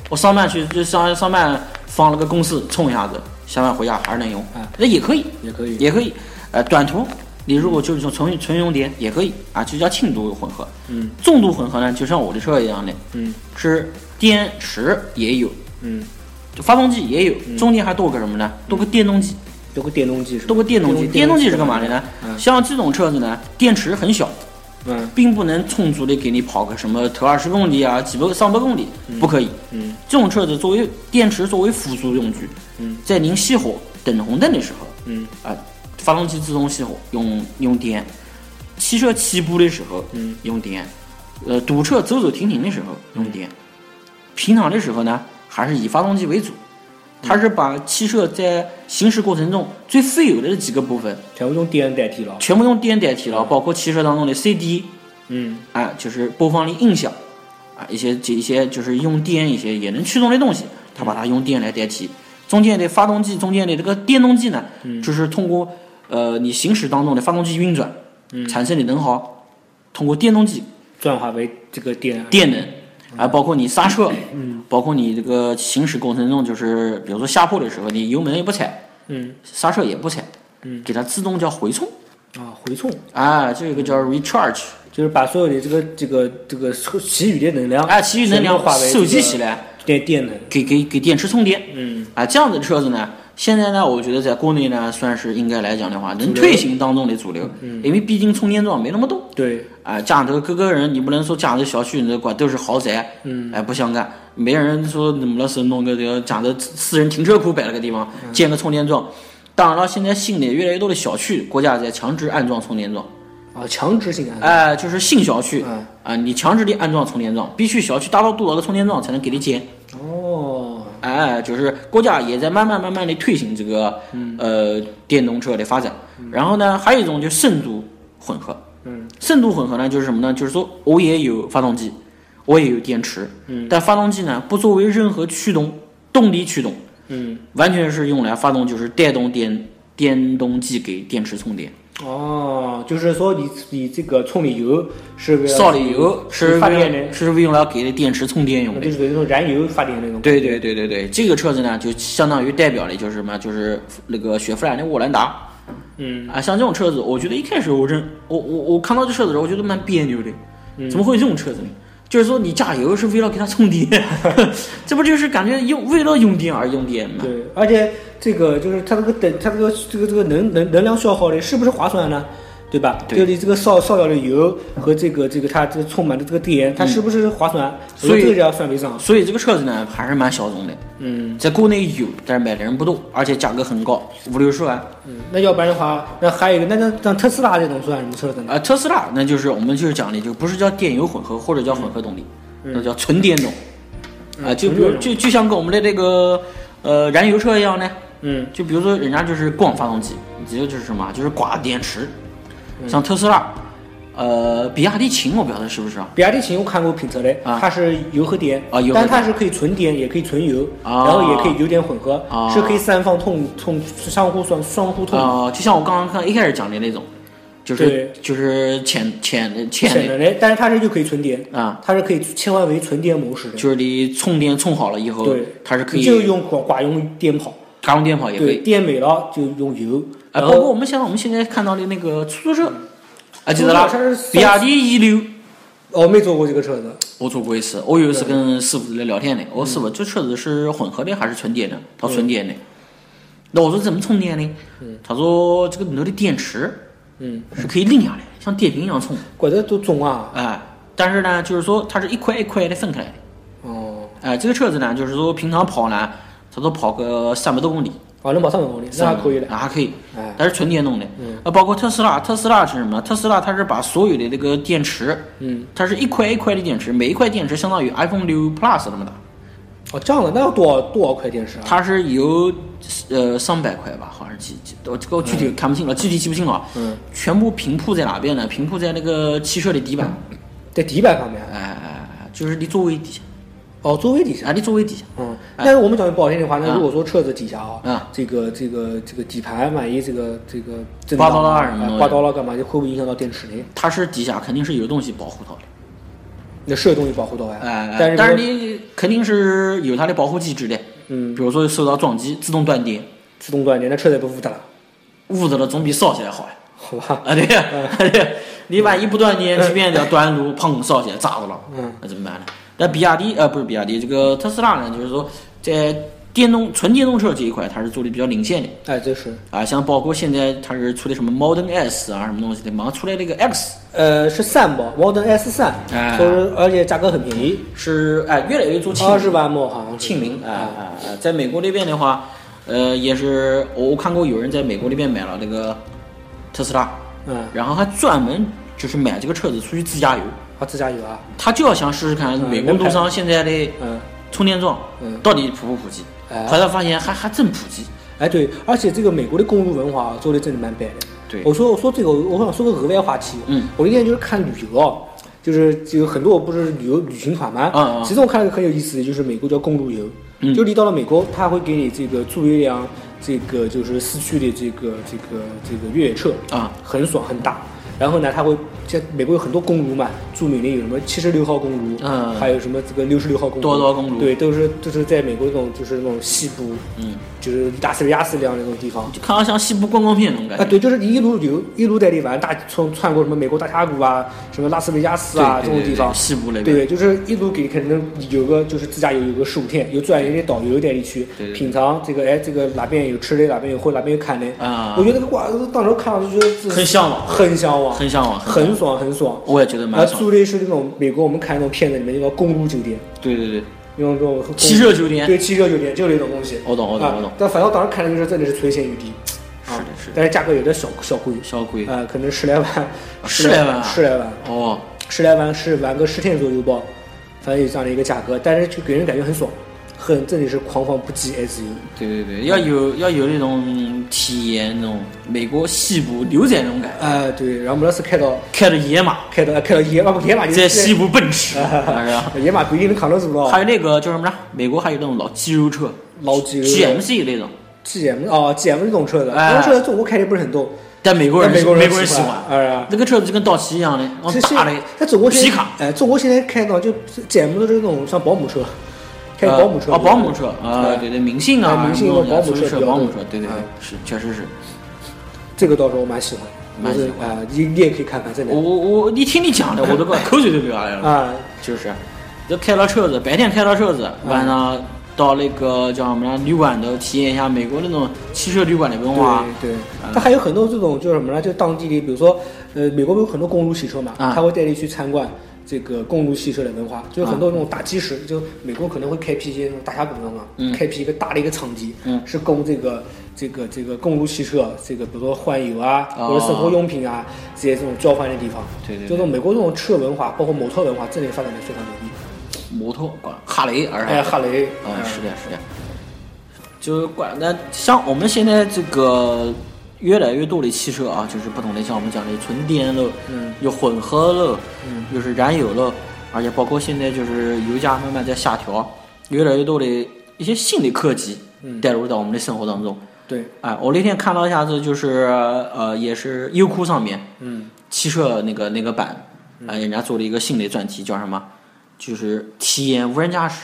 Speaker 2: 我上班去就上上班放了个公司充一下子，下班回家还是能用
Speaker 3: 啊，
Speaker 2: 那也可以，
Speaker 3: 也可以
Speaker 2: 也可以。呃，短途你如果就是说纯纯用电也可以啊，就叫轻度混合。
Speaker 3: 嗯
Speaker 2: 重度混合呢，就像我的车一样的，
Speaker 3: 嗯
Speaker 2: 是电池也有，
Speaker 3: 嗯，
Speaker 2: 发动机也有，中间还多个什么呢？多个电动机，
Speaker 3: 多个电动技术，
Speaker 2: 多个电动机。电动机是干嘛的呢？
Speaker 3: 嗯
Speaker 2: 像这种车子呢，电池很小，
Speaker 3: 嗯
Speaker 2: 并不能充足的给你跑个什么头二十公里啊，几百上百公里，不可以。
Speaker 3: 嗯
Speaker 2: 这种车子作为电池作为辅助用具，
Speaker 3: 嗯
Speaker 2: 在您熄火等红灯的时候，
Speaker 3: 嗯
Speaker 2: 啊、发动机自动熄火用用电，汽车起步的时候，
Speaker 3: 嗯，
Speaker 2: 用电，呃，堵车走走停停的时候用电，平常的时候呢，还是以发动机为主，
Speaker 3: 嗯
Speaker 2: 它是把汽车在行驶过程中最费油的几个部分
Speaker 3: 全部用电代替了。
Speaker 2: 全部用电代替了，包括汽车当中的 CD
Speaker 3: 嗯
Speaker 2: 啊、就是播放的音响啊、一些这一些就是用电一些也能驱动的东西，它把它用电来代替。中间的发动机中间的这个电动机呢，就是通过嗯呃你行驶当中的发动机运转、产生的能耗，通过电动机
Speaker 3: 转化为这个电。
Speaker 2: 电能，啊，包括你刹车，嗯，包括你这个行驶过程中，就是比如说下坡的时候，你油门也不踩，
Speaker 3: 嗯，
Speaker 2: 刹车也不踩，嗯，给它自动叫回充，
Speaker 3: 啊，回充
Speaker 2: 啊，这个叫 recharge，
Speaker 3: 就是把所有的这个这个这个其余的能量，
Speaker 2: 啊，其余能量
Speaker 3: 化为
Speaker 2: 手机起
Speaker 3: 起来
Speaker 2: 来，
Speaker 3: 电电能。
Speaker 2: 给给给电池充电，
Speaker 3: 嗯，
Speaker 2: 啊，这样的车子呢，现在呢，我觉得在国内呢，算是应该来讲的话，能推行当中的主流，嗯，因为毕竟充电桩没那么多，
Speaker 3: 对，
Speaker 2: 啊，家里头各个人，你不能说家里头小区你这管都是豪宅，嗯，哎，不相干，没人说怎么了是弄个这个家里头私人停车库摆了个地方，
Speaker 3: 嗯
Speaker 2: 建个充电桩。当然了，现在新的越来越多的小区，国家在强制安装充电桩，
Speaker 3: 啊，强制性安装。
Speaker 2: 哎、就是新小区，
Speaker 3: 嗯
Speaker 2: 啊，你强制的安装充电桩，必须小区达到多少个充电桩才能给你建。
Speaker 3: 哦，
Speaker 2: 哎，就是国家也在慢慢慢慢的推行这个、
Speaker 3: 嗯
Speaker 2: 呃电动车的发展。然后呢，还有一种就是深度混合。
Speaker 3: 嗯，
Speaker 2: 深度混合呢就是什么呢？就是说我也有发动机，我也有电池，嗯，但发动机呢不作为任何驱动动力驱动，
Speaker 3: 嗯，
Speaker 2: 完全是用来发动就是带动电电动机给电池充电。
Speaker 3: 哦，就是说你你这个充的油是为了
Speaker 2: 烧的油是
Speaker 3: 发
Speaker 2: 为
Speaker 3: 电的，
Speaker 2: 是用来给电池充电用的
Speaker 3: 那。就是那种燃油发电那种。
Speaker 2: 对对对对对，这个车子呢，就相当于代表的就是什么，就是那个雪佛兰的沃兰达。
Speaker 3: 嗯
Speaker 2: 啊，像这种车子，我觉得一开始我认我我我看到这车子的时候，我觉得蛮别扭的，
Speaker 3: 嗯
Speaker 2: 怎么会有这种车子呢？就是说你加油是为了给它充
Speaker 3: [laughs]
Speaker 2: 电，这不就是感觉用为了用电而用电吗？
Speaker 3: 对，而且这个就是它这个等它这个这个这个能能能量消耗的是不是划算呢？对吧？
Speaker 2: 对
Speaker 3: 就你这个烧烧掉的油和这个这个它这个充满的这个电，它是不是划算？
Speaker 2: 所以
Speaker 3: 我觉得这个要算为上。
Speaker 2: 所以这个车子呢，还是蛮小众的，
Speaker 3: 嗯，
Speaker 2: 在国内有，但是买的人不多，而且价格很高，五六十万。
Speaker 3: 嗯那要不然的话，那还有一个，那那像特斯拉这种算什么车子呢？
Speaker 2: 啊，特斯拉那就是我们就是讲的，就不是叫电油混合或者叫混合动力，那叫纯电动。啊，就比
Speaker 3: 嗯纯电
Speaker 2: 如
Speaker 3: 动
Speaker 2: 就就像跟我们的这个呃燃油车一样呢，
Speaker 3: 嗯，
Speaker 2: 就比如说人家就是逛发动机，直接就是什么，啊就是挂电池。
Speaker 3: 嗯
Speaker 2: 像特斯拉，呃，比亚迪秦我不晓得是不是啊？
Speaker 3: 比亚迪秦我看过评测的，
Speaker 2: 啊
Speaker 3: 它是油和电
Speaker 2: 啊油和电
Speaker 3: 但它是可以纯电，也可以纯油，
Speaker 2: 啊
Speaker 3: 然后也可以油电混合，
Speaker 2: 啊
Speaker 3: 是可以三方通通相互双双互通。
Speaker 2: 啊、就像我刚刚看一开始讲的那种，就是
Speaker 3: 对
Speaker 2: 就是潜潜的潜
Speaker 3: 省
Speaker 2: 的
Speaker 3: 的嘞，但是它这就可以纯电，
Speaker 2: 啊，
Speaker 3: 它是可以切换为纯电模式的。
Speaker 2: 就是你充电充好了以后
Speaker 3: 对，，
Speaker 2: 它是可
Speaker 3: 你就
Speaker 2: 以
Speaker 3: 用寡寡用电跑，
Speaker 2: 家用电跑也可以
Speaker 3: 对，。电没了就用油。
Speaker 2: 啊，
Speaker 3: 然
Speaker 2: 包括
Speaker 3: 后
Speaker 2: 我们现在我们现在看到的那个出租车，啊，记得
Speaker 3: 出租车
Speaker 2: 啦
Speaker 3: 是，
Speaker 2: 比亚迪 E 六，
Speaker 3: 我哦没坐过这个车子，
Speaker 2: 我坐过一次，我有一次跟师傅在聊天呢，我说师傅这车子是混合的还是纯电的？他说纯电的。那我说怎么充电呢？他说这个里头的电池，
Speaker 3: 嗯，
Speaker 2: 是可以拧下来，像电瓶一样充，
Speaker 3: 觉得都重啊。
Speaker 2: 哎，但是呢，就是说它是一块一块的分开来的，
Speaker 3: 哦，
Speaker 2: 哎，这个车子呢，就是说平常跑呢，他说跑个三百多公里，
Speaker 3: 哦，能跑上百公里，那还可以的。
Speaker 2: 啊，还可以
Speaker 3: 哎，
Speaker 2: 它是纯电动的。啊，包括特斯拉，特斯拉是什么？特斯拉它是把所有的这个电池，
Speaker 3: 嗯，
Speaker 2: 它是一块一块的电池，每一块电池相当于 iPhone 六 Plus 那么大，
Speaker 3: 哦，这样的，那要多少多少块电池啊？
Speaker 2: 它是由呃上百块吧，好像是几几，我这个我具体看不清了，具体记不清了。
Speaker 3: 嗯，
Speaker 2: 全部平铺在哪边呢？平铺在那个汽车的底板，
Speaker 3: 在底板上面
Speaker 2: 哎，。哎哎就是你座位底下，
Speaker 3: 哦，座位底下。
Speaker 2: 啊，你座位底下，
Speaker 3: 嗯，但是我们讲句不好听的话，那
Speaker 2: 啊
Speaker 3: 如果说车子底下啊，
Speaker 2: 啊
Speaker 3: 这个这个这个底盘万一这个这个震
Speaker 2: 刮
Speaker 3: 荡
Speaker 2: 到了
Speaker 3: 啊
Speaker 2: 什么东西
Speaker 3: 刮到了干嘛，就会不会影响到电池呢？
Speaker 2: 它是底下肯定是有东西保护它的。
Speaker 3: 那是有东西保护到呀，
Speaker 2: 哎，
Speaker 3: 啊但
Speaker 2: 但是
Speaker 3: 是比如说
Speaker 2: 你肯定是有它的保护机制的，
Speaker 3: 嗯
Speaker 2: 比如说受到撞击自动断电，
Speaker 3: 自动断电，那车子也不负责了，
Speaker 2: 捂着了总比烧起来好呀。
Speaker 3: 好吧？
Speaker 2: 啊对呀，对呀，你万一不断电，随便点短路，砰烧起来炸着了，
Speaker 3: 嗯，
Speaker 2: 那怎么办呢？那比亚迪呃不是比亚迪，这个特斯拉呢，就是说在电动纯电动车这一块，它是做的比较领先的
Speaker 3: 哎，这是，
Speaker 2: 啊，像包括现在它是出的什么 Model S 啊什么东西的，马上出来那个 X
Speaker 3: 呃，是三吧，Model S 三
Speaker 2: 哎，
Speaker 3: 所以说而且价格很便宜，
Speaker 2: 是哎越来越做轻
Speaker 3: 二十万嘛，好像啊是
Speaker 2: 庆龄啊啊啊！在美国那边的话，呃，也是我我看过有人在美国那边买了那个特斯拉，
Speaker 3: 嗯，
Speaker 2: 然后还专门就是买这个车子出去自驾游，
Speaker 3: 啊，自驾游啊，
Speaker 2: 他就要想试试看
Speaker 3: 嗯
Speaker 2: 美国路上现在的
Speaker 3: 嗯，
Speaker 2: 充电桩
Speaker 3: 嗯
Speaker 2: 到底普不普及。
Speaker 3: 哎
Speaker 2: 后来发现还还真普及，
Speaker 3: 哎对，而且这个美国的公路文化啊做的真的蛮白的。
Speaker 2: 对
Speaker 3: 我说我说这个，我想说个额外话题。
Speaker 2: 嗯，
Speaker 3: 我那天就是看旅游啊，就是就有很多不是旅游旅行团嘛，
Speaker 2: 嗯嗯
Speaker 3: 其中我看了一个很有意思的，就是美国叫公路游，
Speaker 2: 嗯
Speaker 3: 就你到了美国，他会给你这个租一辆这个就是市区的这个这个这个越野车
Speaker 2: 啊，
Speaker 3: 很爽很大。然后呢，它会像美国有很多公路嘛，著名的有什么七十六号公路，
Speaker 2: 嗯
Speaker 3: 还有什么这个六十六号公路，
Speaker 2: 多多公路
Speaker 3: 对，都是都是在美国这种就是那种西部，嗯，就是拉斯维加斯这样的那种地方。
Speaker 2: 就看上像西部观光片那种感
Speaker 3: 啊，
Speaker 2: 觉。
Speaker 3: 对，就是你一路游，一路带你玩大，从窜过什么美国大峡谷啊，什么拉斯维加斯啊
Speaker 2: 对
Speaker 3: 这种地
Speaker 2: 对对
Speaker 3: 方，
Speaker 2: 西部那边
Speaker 3: 对，就是一路给可能有个就是自驾游有个十五天，有专业的导游带你去
Speaker 2: 对对对
Speaker 3: 品尝这个，哎，这个哪边有吃的，哪边有喝，哪边有看的
Speaker 2: 啊
Speaker 3: 我觉得哇，当时看上去觉得自己
Speaker 2: 很向往
Speaker 3: 很向往，
Speaker 2: 很向往很
Speaker 3: 很爽，很爽。
Speaker 2: 我也觉得
Speaker 3: 啊，
Speaker 2: 蛮爽的。
Speaker 3: 住的是那种美国我们看那种片子里面那种公路酒店，
Speaker 2: 对对对，
Speaker 3: 用这种
Speaker 2: 汽车酒店
Speaker 3: 对，汽车酒店就是那种东西。
Speaker 2: 我懂我懂
Speaker 3: 啊
Speaker 2: 我懂
Speaker 3: 但反正当时看的就是真的是垂涎欲滴，
Speaker 2: 是的是的
Speaker 3: 但是价格有点小小贵，
Speaker 2: 小鬼。
Speaker 3: 啊，可能十来万，
Speaker 2: 十来万啊
Speaker 3: [laughs] 十来万，
Speaker 2: 哦，
Speaker 3: 十来万是玩个十天左右吧，反正有这样的一个价格，但是就给人感觉很爽，很真的是狂放不羁哎 SU。
Speaker 2: 对对对，要有要有那种体验，那种美国西部牛仔那种感觉，
Speaker 3: 啊，对，然后我们当时开到
Speaker 2: 开着野马
Speaker 3: 开到开到野啊马，不野马就是
Speaker 2: 在西部奔
Speaker 3: [laughs]
Speaker 2: 驰，是吧？
Speaker 3: 野马不一定能扛得住
Speaker 2: 还
Speaker 3: 了，
Speaker 2: 有那个叫什么来？美国还有那种老肌肉车
Speaker 3: 老肌肉
Speaker 2: ，GMC 那种，
Speaker 3: GM 哦，GM 这种车子，
Speaker 2: 哎
Speaker 3: 这种车子中国开的不是很多，
Speaker 2: 但美国
Speaker 3: 但
Speaker 2: 人
Speaker 3: 美国
Speaker 2: 美
Speaker 3: 人
Speaker 2: 国人喜欢
Speaker 3: 欢，，哎。
Speaker 2: 那个车子就跟道奇一样的，那
Speaker 3: 这
Speaker 2: 种
Speaker 3: 是
Speaker 2: 大的，
Speaker 3: 在中国现
Speaker 2: 啊皮
Speaker 3: 在
Speaker 2: 卡，呃
Speaker 3: 哎，中国现在开到就 GM 都是那种像保姆车，开保姆车
Speaker 2: 啊，保姆车啊，
Speaker 3: 哎
Speaker 2: 对对，明星啊，
Speaker 3: 哎明星
Speaker 2: 什么东西啊
Speaker 3: 和保姆车
Speaker 2: 出租
Speaker 3: 比较
Speaker 2: 保姆
Speaker 3: 多
Speaker 2: 车，对对对
Speaker 3: 哎，
Speaker 2: 是确实是。
Speaker 3: 这个到时候我蛮喜欢，
Speaker 2: 蛮喜哦
Speaker 3: 欢啊，你你也可以看看真的
Speaker 2: 我我我，一听你
Speaker 3: [laughs]
Speaker 2: 讲的，我都快口水都流下来了。
Speaker 3: 啊，
Speaker 2: 就是，就开了车子，白天开了车子，
Speaker 3: 嗯
Speaker 2: 晚上到那个叫什么呢旅馆头体验一下美国那种汽车旅馆的文化。
Speaker 3: 对对，它还有很多这种就是什么呢？就当地的，比如说呃，美国不是有很多公路汽车嘛，
Speaker 2: 啊
Speaker 3: 他会带你去参观。这个公路汽车的文化，就有很
Speaker 2: 啊
Speaker 3: 多那种大基石，就美国可能会开辟一些那种大峡谷文化，
Speaker 2: 嗯
Speaker 3: 开辟一个大的一个场地，
Speaker 2: 嗯
Speaker 3: 是供这个这个这个公路汽车，这个比如说换油啊，
Speaker 2: 哦
Speaker 3: 或者生活用品啊这些这种交换的地方。
Speaker 2: 对对对
Speaker 3: 就这种美国这种车文化，包括摩托文化，这里发展的非常牛逼。
Speaker 2: 摩托，管哈雷，而
Speaker 3: 哎，哈雷，
Speaker 2: 啊，
Speaker 3: 嗯
Speaker 2: 是的，是的，就是管那像我们现在这个越来越多的汽车啊，就是不同的，像我们讲的纯电喽，
Speaker 3: 嗯，
Speaker 2: 有混合喽，
Speaker 3: 嗯，
Speaker 2: 又是燃油喽，而且包括现在就是油价慢慢在下调，越来越多的一些新的科技
Speaker 3: 嗯
Speaker 2: 带入到我们的生活当中。
Speaker 3: 对，
Speaker 2: 哎，我那天看到一下子，就是呃，也是优酷上面
Speaker 3: 嗯，
Speaker 2: 汽车那个那个版，哎、人家做了一个新的专题，叫什么？就是体验无人驾驶、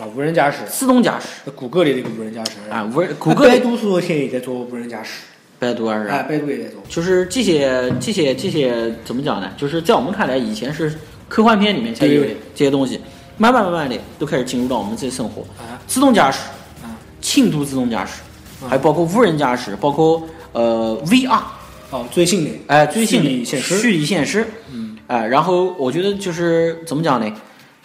Speaker 3: 啊，无人驾驶，
Speaker 2: 自动驾驶。
Speaker 3: 谷歌里的一个无人驾驶，哎
Speaker 2: 啊，无人谷歌
Speaker 3: 那百
Speaker 2: 的
Speaker 3: 度速度现在也在做无人驾驶，
Speaker 2: 百度二
Speaker 3: 哎，
Speaker 2: 啊，
Speaker 3: 百度也在做，
Speaker 2: 就是这些这些这些怎么讲呢？就是在我们看来，以前是科幻片里面才有的
Speaker 3: 对
Speaker 2: 这些东西，慢慢慢慢的都开始进入到我们这生活
Speaker 3: 啊。
Speaker 2: 自动驾驶、
Speaker 3: 啊
Speaker 2: 轻度自动驾驶，
Speaker 3: 啊
Speaker 2: 还包括无人驾驶，包括呃 VR，
Speaker 3: 哦，最新的，
Speaker 2: 哎、最新
Speaker 3: 虚拟
Speaker 2: 的
Speaker 3: 现
Speaker 2: 虚
Speaker 3: 实，
Speaker 2: 拟现实，
Speaker 3: 嗯，
Speaker 2: 哎、然后我觉得就是怎么讲呢？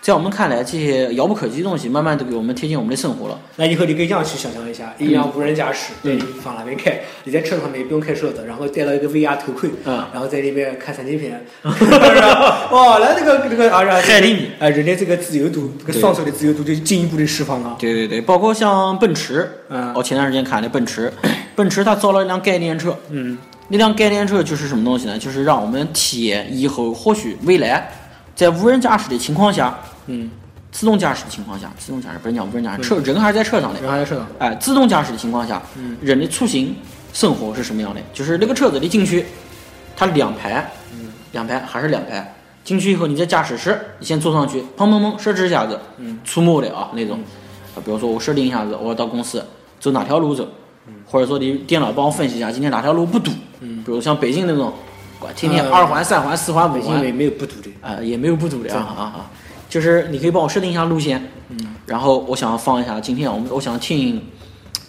Speaker 2: 在我们看来，这些遥不可及的东西，慢慢都给我们贴近我们的生活了。
Speaker 3: 那以后你可以这样去想象一下，一辆无人驾驶带
Speaker 2: 嗯
Speaker 3: 你往哪边开，你在车上面也不用开车子，然后戴了一个 VR 头盔，
Speaker 2: 嗯
Speaker 3: 然后在那边看残
Speaker 2: [laughs]
Speaker 3: 疾片，是吧哇，那这个这个啊，
Speaker 2: 海里
Speaker 3: 啊，人家这个自由度，这个
Speaker 2: 对
Speaker 3: 双手的自由度就进一步的释放了，
Speaker 2: 对对对，包括像奔驰，
Speaker 3: 嗯
Speaker 2: 我前段时间看的奔驰， [coughs] 奔驰它造了一辆概念车，
Speaker 3: 嗯，
Speaker 2: 那辆概念车就是什么东西呢？就是让我们体验以后或许未来，在无人驾驶的情况下，
Speaker 3: 嗯，
Speaker 2: 自动驾驶的情况下，自动驾驶不是讲无人驾驶，车人还是在车上的，
Speaker 3: 然后在车上，
Speaker 2: 哎，自动驾驶的情况下，
Speaker 3: 嗯
Speaker 2: 人的出行生活是什么样的？就是那个车子你进去，它两排，两排还是两排。进去以后，你在驾驶室，你先坐上去，砰砰砰，设置一下子，
Speaker 3: 嗯，
Speaker 2: 触摸的啊那种，啊，比如说我设定一下子，我要到公司走哪条路走，或者说你电脑帮我分析一下今天哪条路不堵，嗯，比如像北京那种，管天天
Speaker 3: 嗯
Speaker 2: 二环、三环、四环、
Speaker 3: 北
Speaker 2: 五
Speaker 3: 京
Speaker 2: 环
Speaker 3: 没，没有不堵的，
Speaker 2: 啊、也没有不堵的啊啊啊，就是你可以帮我设定一下路线，嗯，然后我想放一下今天我们我想听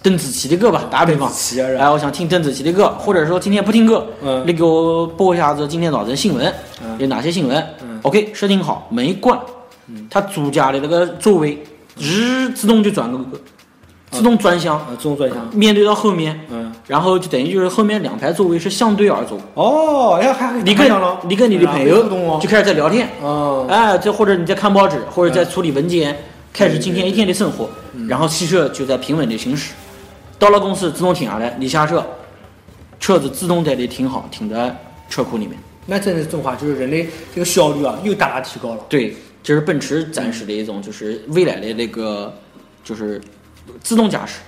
Speaker 2: 邓紫棋的歌吧，打个比方
Speaker 3: 邓紫棋啊是，吧
Speaker 2: 哎，我想听邓紫棋的歌，或者说今天不听歌，
Speaker 3: 嗯
Speaker 2: 你给我播一下子今天早晨新闻，
Speaker 3: 嗯
Speaker 2: 有哪些新闻、
Speaker 3: 嗯
Speaker 2: o k 设定好，门一关，嗯，它主驾的那个座位，
Speaker 3: 嗯
Speaker 2: 日自动就转个自动转向，
Speaker 3: 啊，自动转向，
Speaker 2: 面对到后面，
Speaker 3: 嗯，
Speaker 2: 然后就等于就是后面两排座位是相对而坐，
Speaker 3: 哦，哎，还还
Speaker 2: 你
Speaker 3: 还
Speaker 2: 跟
Speaker 3: 想了
Speaker 2: 你跟你的朋
Speaker 3: 啊
Speaker 2: 友
Speaker 3: 互动哦
Speaker 2: 就开始在聊天。
Speaker 3: 哦，
Speaker 2: 哎，这或者你在看报纸，或者在处理文件，开始今天一天的生活，然后汽车就在平稳的行驶。到了公司，自动停下来，你下车，车子自动带你停好，停在车库里面。
Speaker 3: 那真的是中华，就是人类这个效率啊，又大大提高了。
Speaker 2: 对，这是奔驰展示的一种，就是未来的那个，就是自动驾驶。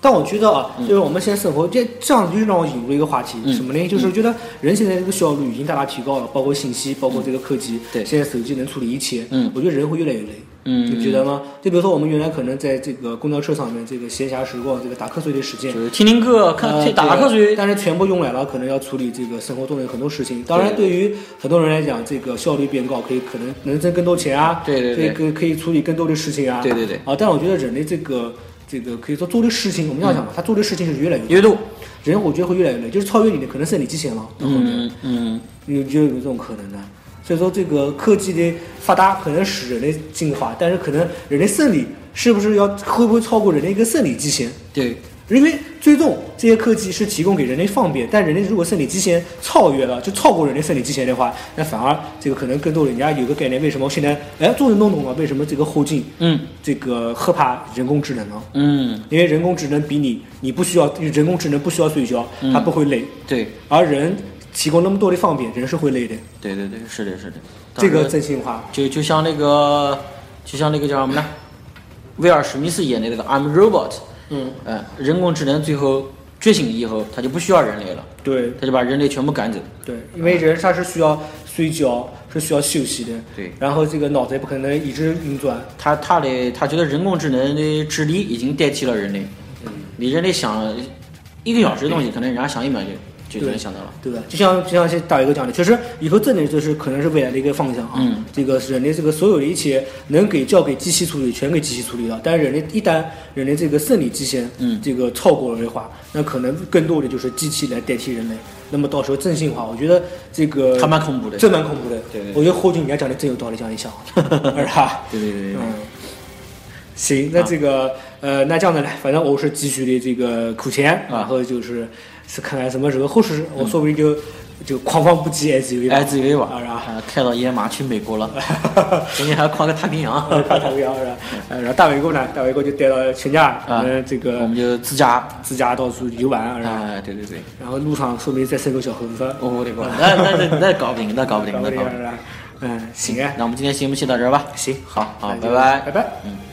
Speaker 3: 但我觉得啊，
Speaker 2: 嗯
Speaker 3: 就是我们现在生活，这这样就让我引入一个话题，什么呢？
Speaker 2: 嗯
Speaker 3: 就是我觉得人现在这个效率已经大大提高了，包括信息，包括这个科技，
Speaker 2: 嗯对
Speaker 3: 现在手机能处理一切，
Speaker 2: 嗯
Speaker 3: 我觉得人会越来越累，
Speaker 2: 嗯
Speaker 3: 你觉得吗？就比如说我们原来可能在这个公交车上面，这个闲暇时光，这个打瞌睡的时间
Speaker 2: 就。是听听歌、看 [laughs]
Speaker 3: 呃
Speaker 2: 看打打瞌
Speaker 3: 对
Speaker 2: 睡，
Speaker 3: 但是全部用来了，可能要处理这个生活中的很多事情。当然，
Speaker 2: 对
Speaker 3: 对于很多人来讲，这个效率变高，可以可能能挣更多钱啊，
Speaker 2: 对对对
Speaker 3: 可以可以可以处理更多的事情啊，
Speaker 2: 对对对
Speaker 3: 啊，但我觉得人类这个这个可以说做的事情，我们要讲
Speaker 2: 嗯
Speaker 3: 嘛，他做的事情是越来越多，
Speaker 2: 阅读，
Speaker 3: 人我觉得会越来越累，就是超越你的可能是你极限了，到后面
Speaker 2: 嗯嗯，
Speaker 3: 你觉得有这种可能呢？啊所以说，这个科技的发达可能使人类进化，但是可能人类生理是不是要会不会超过人类一个生理极限？
Speaker 2: 对，
Speaker 3: 因为最终这些科技是提供给人类方便，但人类如果生理极限超越了，就超过人类生理极限的话，那反而这个可能更多的人家有个概念，为什么现在哎终于弄懂了为什么这个后劲
Speaker 2: 嗯
Speaker 3: 这个害怕人工智能了、
Speaker 2: 嗯，
Speaker 3: 因为人工智能比你你不需要人工智能不需要睡觉，
Speaker 2: 嗯
Speaker 3: 它不会累，
Speaker 2: 对
Speaker 3: 而人提供那么多的方便，人是会累的。
Speaker 2: 对对对，是的，是的，
Speaker 3: 这个
Speaker 2: 当时
Speaker 3: 真心话，
Speaker 2: 就就像那个，就像那个叫什么呢？威尔史密斯演的那个《I'm Robot》，
Speaker 3: 嗯，
Speaker 2: 嗯，人工智能最后觉醒以后，它就不需要人类了，
Speaker 3: 对
Speaker 2: 它就把人类全部赶走。
Speaker 3: 对，因为人他是需要睡觉，是需要休息的。
Speaker 2: 对
Speaker 3: 然后这个脑子也不可能一直运转。
Speaker 2: 他他的他觉得人工智能的智力已经代替了人类，
Speaker 3: 嗯
Speaker 2: 你人类想一个小时的东西，可能人家想一秒就就
Speaker 3: 对
Speaker 2: 能想到了。
Speaker 3: 对吧？就像就像大宇哥讲的，其实以后真的就是可能是未来的一个方向啊。
Speaker 2: 嗯
Speaker 3: 这个人类这个所有的一切能给交给机器处理，全给机器处理了。但是人类一旦人类这个生理极限，
Speaker 2: 嗯
Speaker 3: 这个超过了的话，那可能更多的就是机器来代替人类。那么到时候真心话，我觉得这个
Speaker 2: 还蛮恐怖的
Speaker 3: 真蛮恐怖的。
Speaker 2: 对对对
Speaker 3: 我觉得霍金人家讲的真有道理，这样
Speaker 2: [laughs]
Speaker 3: 一想， [laughs] 是吧？
Speaker 2: 对对对对对
Speaker 3: 嗯。行，那这个、呃，那这样的嘞，反正我是继续的这个苦钱，然
Speaker 2: 嗯
Speaker 3: 后就是是看看什么时候后世，我说不定就就狂放不羁哎 SUV 吧
Speaker 2: SUV 吧，
Speaker 3: 是吧？
Speaker 2: 啊开到野马去美国
Speaker 3: [laughs]
Speaker 2: 了，人家还跨个太平洋，
Speaker 3: 看太阳是吧？呃然后大伟哥呢，大伟哥就带到全家，我
Speaker 2: 啊
Speaker 3: 们嗯这
Speaker 2: 我
Speaker 3: 个
Speaker 2: 们就自驾。
Speaker 3: 自驾到处游玩，啊是吧？
Speaker 2: 哎，对对对，
Speaker 3: 然后路上说不定再生个小猴子，啊
Speaker 2: 哦我的妈，那那那那搞不定，那搞不定，
Speaker 3: 搞
Speaker 2: 那
Speaker 3: 不定
Speaker 2: 搞不定。
Speaker 3: 是吧？嗯，行啊，
Speaker 2: 那我们今天节目先到这儿吧。
Speaker 3: 行
Speaker 2: 好好，
Speaker 3: 那
Speaker 2: 拜
Speaker 3: 就
Speaker 2: 拜，
Speaker 3: 拜拜。
Speaker 2: 嗯。